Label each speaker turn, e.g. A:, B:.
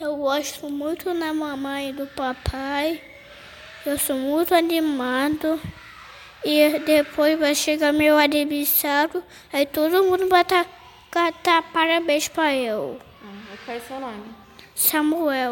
A: Eu gosto muito da mamãe e do papai. Eu sou muito animado. E depois vai chegar meu aniversário. Aí todo mundo vai tá- cantar tá parabéns pra eu.
B: Ah, e qual é o seu nome?
A: Samuel.